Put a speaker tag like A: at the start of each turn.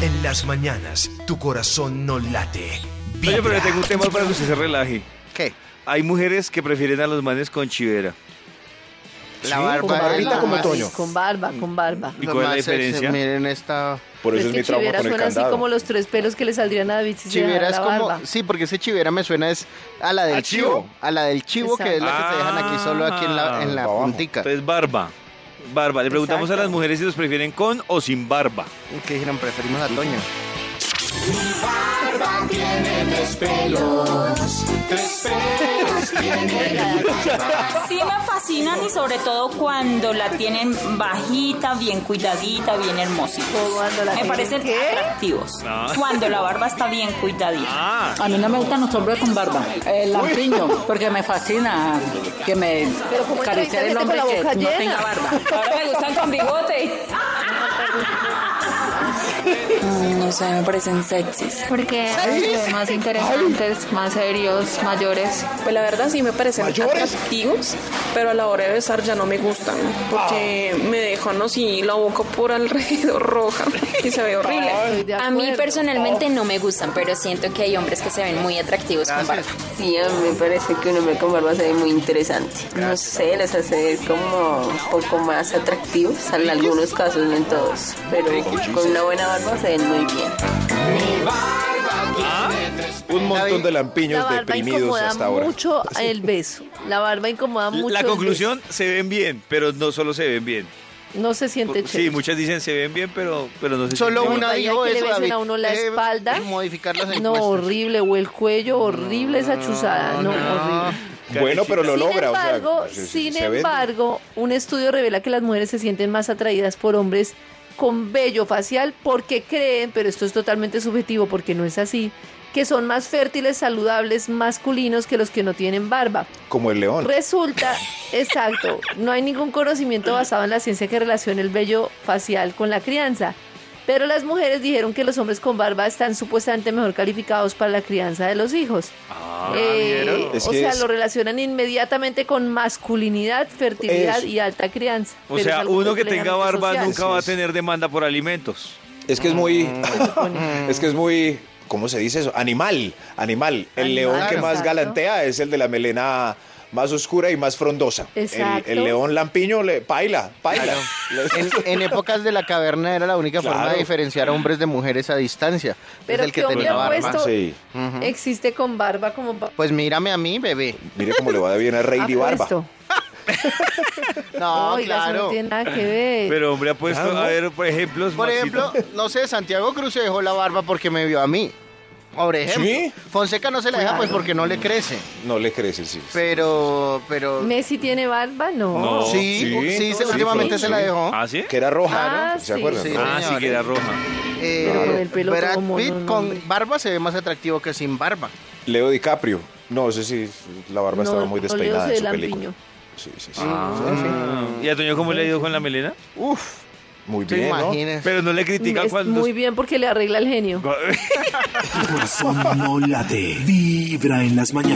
A: En las mañanas, tu corazón no late.
B: Oye, pero
A: vibra.
B: le tengo un tema para que usted se relaje.
C: ¿Qué?
B: Hay mujeres que prefieren a los manes con chivera.
C: La
D: Sí,
C: barba
D: con barbita
C: es la
D: como
C: más-
D: Toño.
E: Con barba, con barba.
B: ¿Y cuál es la
C: más sexy.
B: diferencia?
C: Miren esta...
D: Por
E: Pero
D: eso es
E: que
D: mi trauma
E: Chivera
D: con el
E: suena así
D: candado.
E: como los tres pelos que le saldrían a David si se dejara
C: Chivera es
E: la
C: como...
E: barba.
C: Sí, porque ese chivera me suena es a la del
B: ¿A chivo? Ah.
C: chivo. A la del chivo, que es la que se dejan aquí solo aquí en la, en la
D: Ah, pa' abajo.
C: puntica.
B: Entonces, Pues barba. Barba. Le preguntamos
E: Exacto.
B: a las mujeres si los prefieren con o sin barba.
C: ¿Qué dijeron? Preferimos a Toño.
F: Sí me fascinan y sobre todo cuando la tienen bajita, bien cuidadita, bien hermosita.
E: Cuando la
F: Me
E: tienen,
F: parecen
E: ¿qué?
F: atractivos.
B: Ah.
F: Cuando la barba está bien cuidadita.
B: Ah,
G: A mí no me gustan los hombres con barba, el lampiño, porque me fascina que me
E: Pero ¿cómo
G: acariciar
E: entrevistan gente con
G: el hombre
E: la
G: que
E: boca
G: no
E: llena?
G: tenga barba.
F: Ahora me gustan con bigote.
H: No sé, me parecen sexys.
I: Porque son más interesantes, más serios, mayores.
H: Pues la verdad sí me parecen
D: ¿Mayores?
H: atractivos, pero a la hora de besar ya no me gustan, porque me dejan así la boca por alrededor roja y se ve horrible.
E: Estoy de
J: A mí
E: acuerdo.
J: personalmente no me gustan, pero siento que hay hombres que se ven muy atractivos con barba.
C: Gracias.
H: Sí, a mí me parece que un hombre con barba se ve muy interesante. No sé, les hace como un poco más atractivos, en algunos casos, no en todos, pero con una buena barba se ven muy bien.
D: Un montón de
E: La
D: lampiños
E: barba
D: deprimidos
E: incomoda
D: hasta ahora.
E: mucho el beso. La barba incomoda mucho.
B: la
E: el beso.
B: conclusión, se ven bien, pero no solo se ven bien.
E: No se siente
B: Por- sí,
E: chévere.
B: muchas dicen se ven bien, pero, pero no se
C: Solo
B: sienten
C: una
B: bien.
E: Vaya
C: dijo
E: que le
C: eso,
E: besen
C: David.
E: a uno la
C: Debe
E: espalda.
C: Modificar las
E: No,
C: encuestas.
E: horrible. O el cuello, horrible esa chuzada. No, horrible.
D: Bueno, pero lo
E: sin
D: logra. o sea, pues,
E: embargo,
D: se- se-
E: sin
D: se vende.
E: embargo, un estudio revela que las mujeres se sienten más atraídas por hombres con vello facial porque creen, pero esto es totalmente subjetivo porque no es así, que son más fértiles, saludables, masculinos que los que no tienen barba.
D: Como el león.
E: Resulta, exacto, no hay ningún conocimiento basado en la ciencia que relacione el vello facial con la crianza. Pero las mujeres dijeron que los hombres con barba están supuestamente mejor calificados para la crianza de los hijos.
B: Ah,
E: Eh,
D: Es
E: o
D: que
E: sea,
D: es-
E: lo relacionan inmediatamente con masculinidad, fertilidad
D: Eso.
E: y alta crianza.
B: O
E: Pero es
B: sea,
E: algo
B: uno que tenga
E: completamente
B: barba
E: social.
B: nunca va a tener demanda por alimentos.
D: Es que es muy.
E: Mm.
D: es que es muy. ¿Cómo se dice eso? Animal. Animal. El
E: Animal,
D: león que más
E: exacto.
D: galantea es el de la melena más oscura y más frondosa. El-
E: Exacto.
D: El, león lampiño le paila, paila.
C: En, en épocas de la caverna era la única forma de
D: Claro.
C: diferenciar a hombres de mujeres a distancia.
E: Pero
C: es el que
E: ¿qué hombre
C: tenía barba.
E: opuesto?
D: Sí.
C: Ujú.
E: Existe con barba como... pa-
C: Pues mírame a mí, bebé.
D: Mire cómo le va de bien a Rey de Barba.
E: Apuesto.
C: No,
E: Oiga, eso
C: claro.
E: no tiene nada que ver.
B: Ah, Pero hombre ha puesto,
D: Claro.
B: a ver, por ejemplo,
C: Por ejemplo, no sé, Santiago Cruz se dejó la barba porque me vio a mí. Por ejemplo.
D: ¿Sí?
C: Fonseca no se la deja pues porque no le crece.
D: No le crece, sí.
C: Pero, pero. Oh,
E: ¿Messi tiene barba? No.
B: No.
C: Sí, sí,
D: Sí,
C: se-
D: sí,
C: últimamente
D: sí.
C: se la dejó.
B: ¿Ah, sí?
D: Que era roja,
E: Ah,
D: ¿no? ¿Se
E: sí.
D: acuerdan?
C: Sí.
D: no?
B: Ah, sí, que era roja.
C: Eh,
E: Pero con el pelo
C: Brad
E: todo mono,
C: Pitt
E: no, hombre.
C: con barba se ve más atractivo que sin barba.
D: Leo DiCaprio. No, sé si la barba estaba muy
E: no leo
D: despeinada en
E: ese
D: su película.
E: lampiño.
D: Sí, sí, sí.
B: Ah.
D: Ah.
B: ¿Y a Toño cómo le ha ido con la melena?
C: Uf,
D: Muy
C: te
D: bien, ¿no?
C: imaginas.
B: Pero no le critica
E: Es
B: cuando...
E: Muy bien porque le arregla el genio.
B: Cu-
A: Tu corazón no late. Vibra en las mañanas.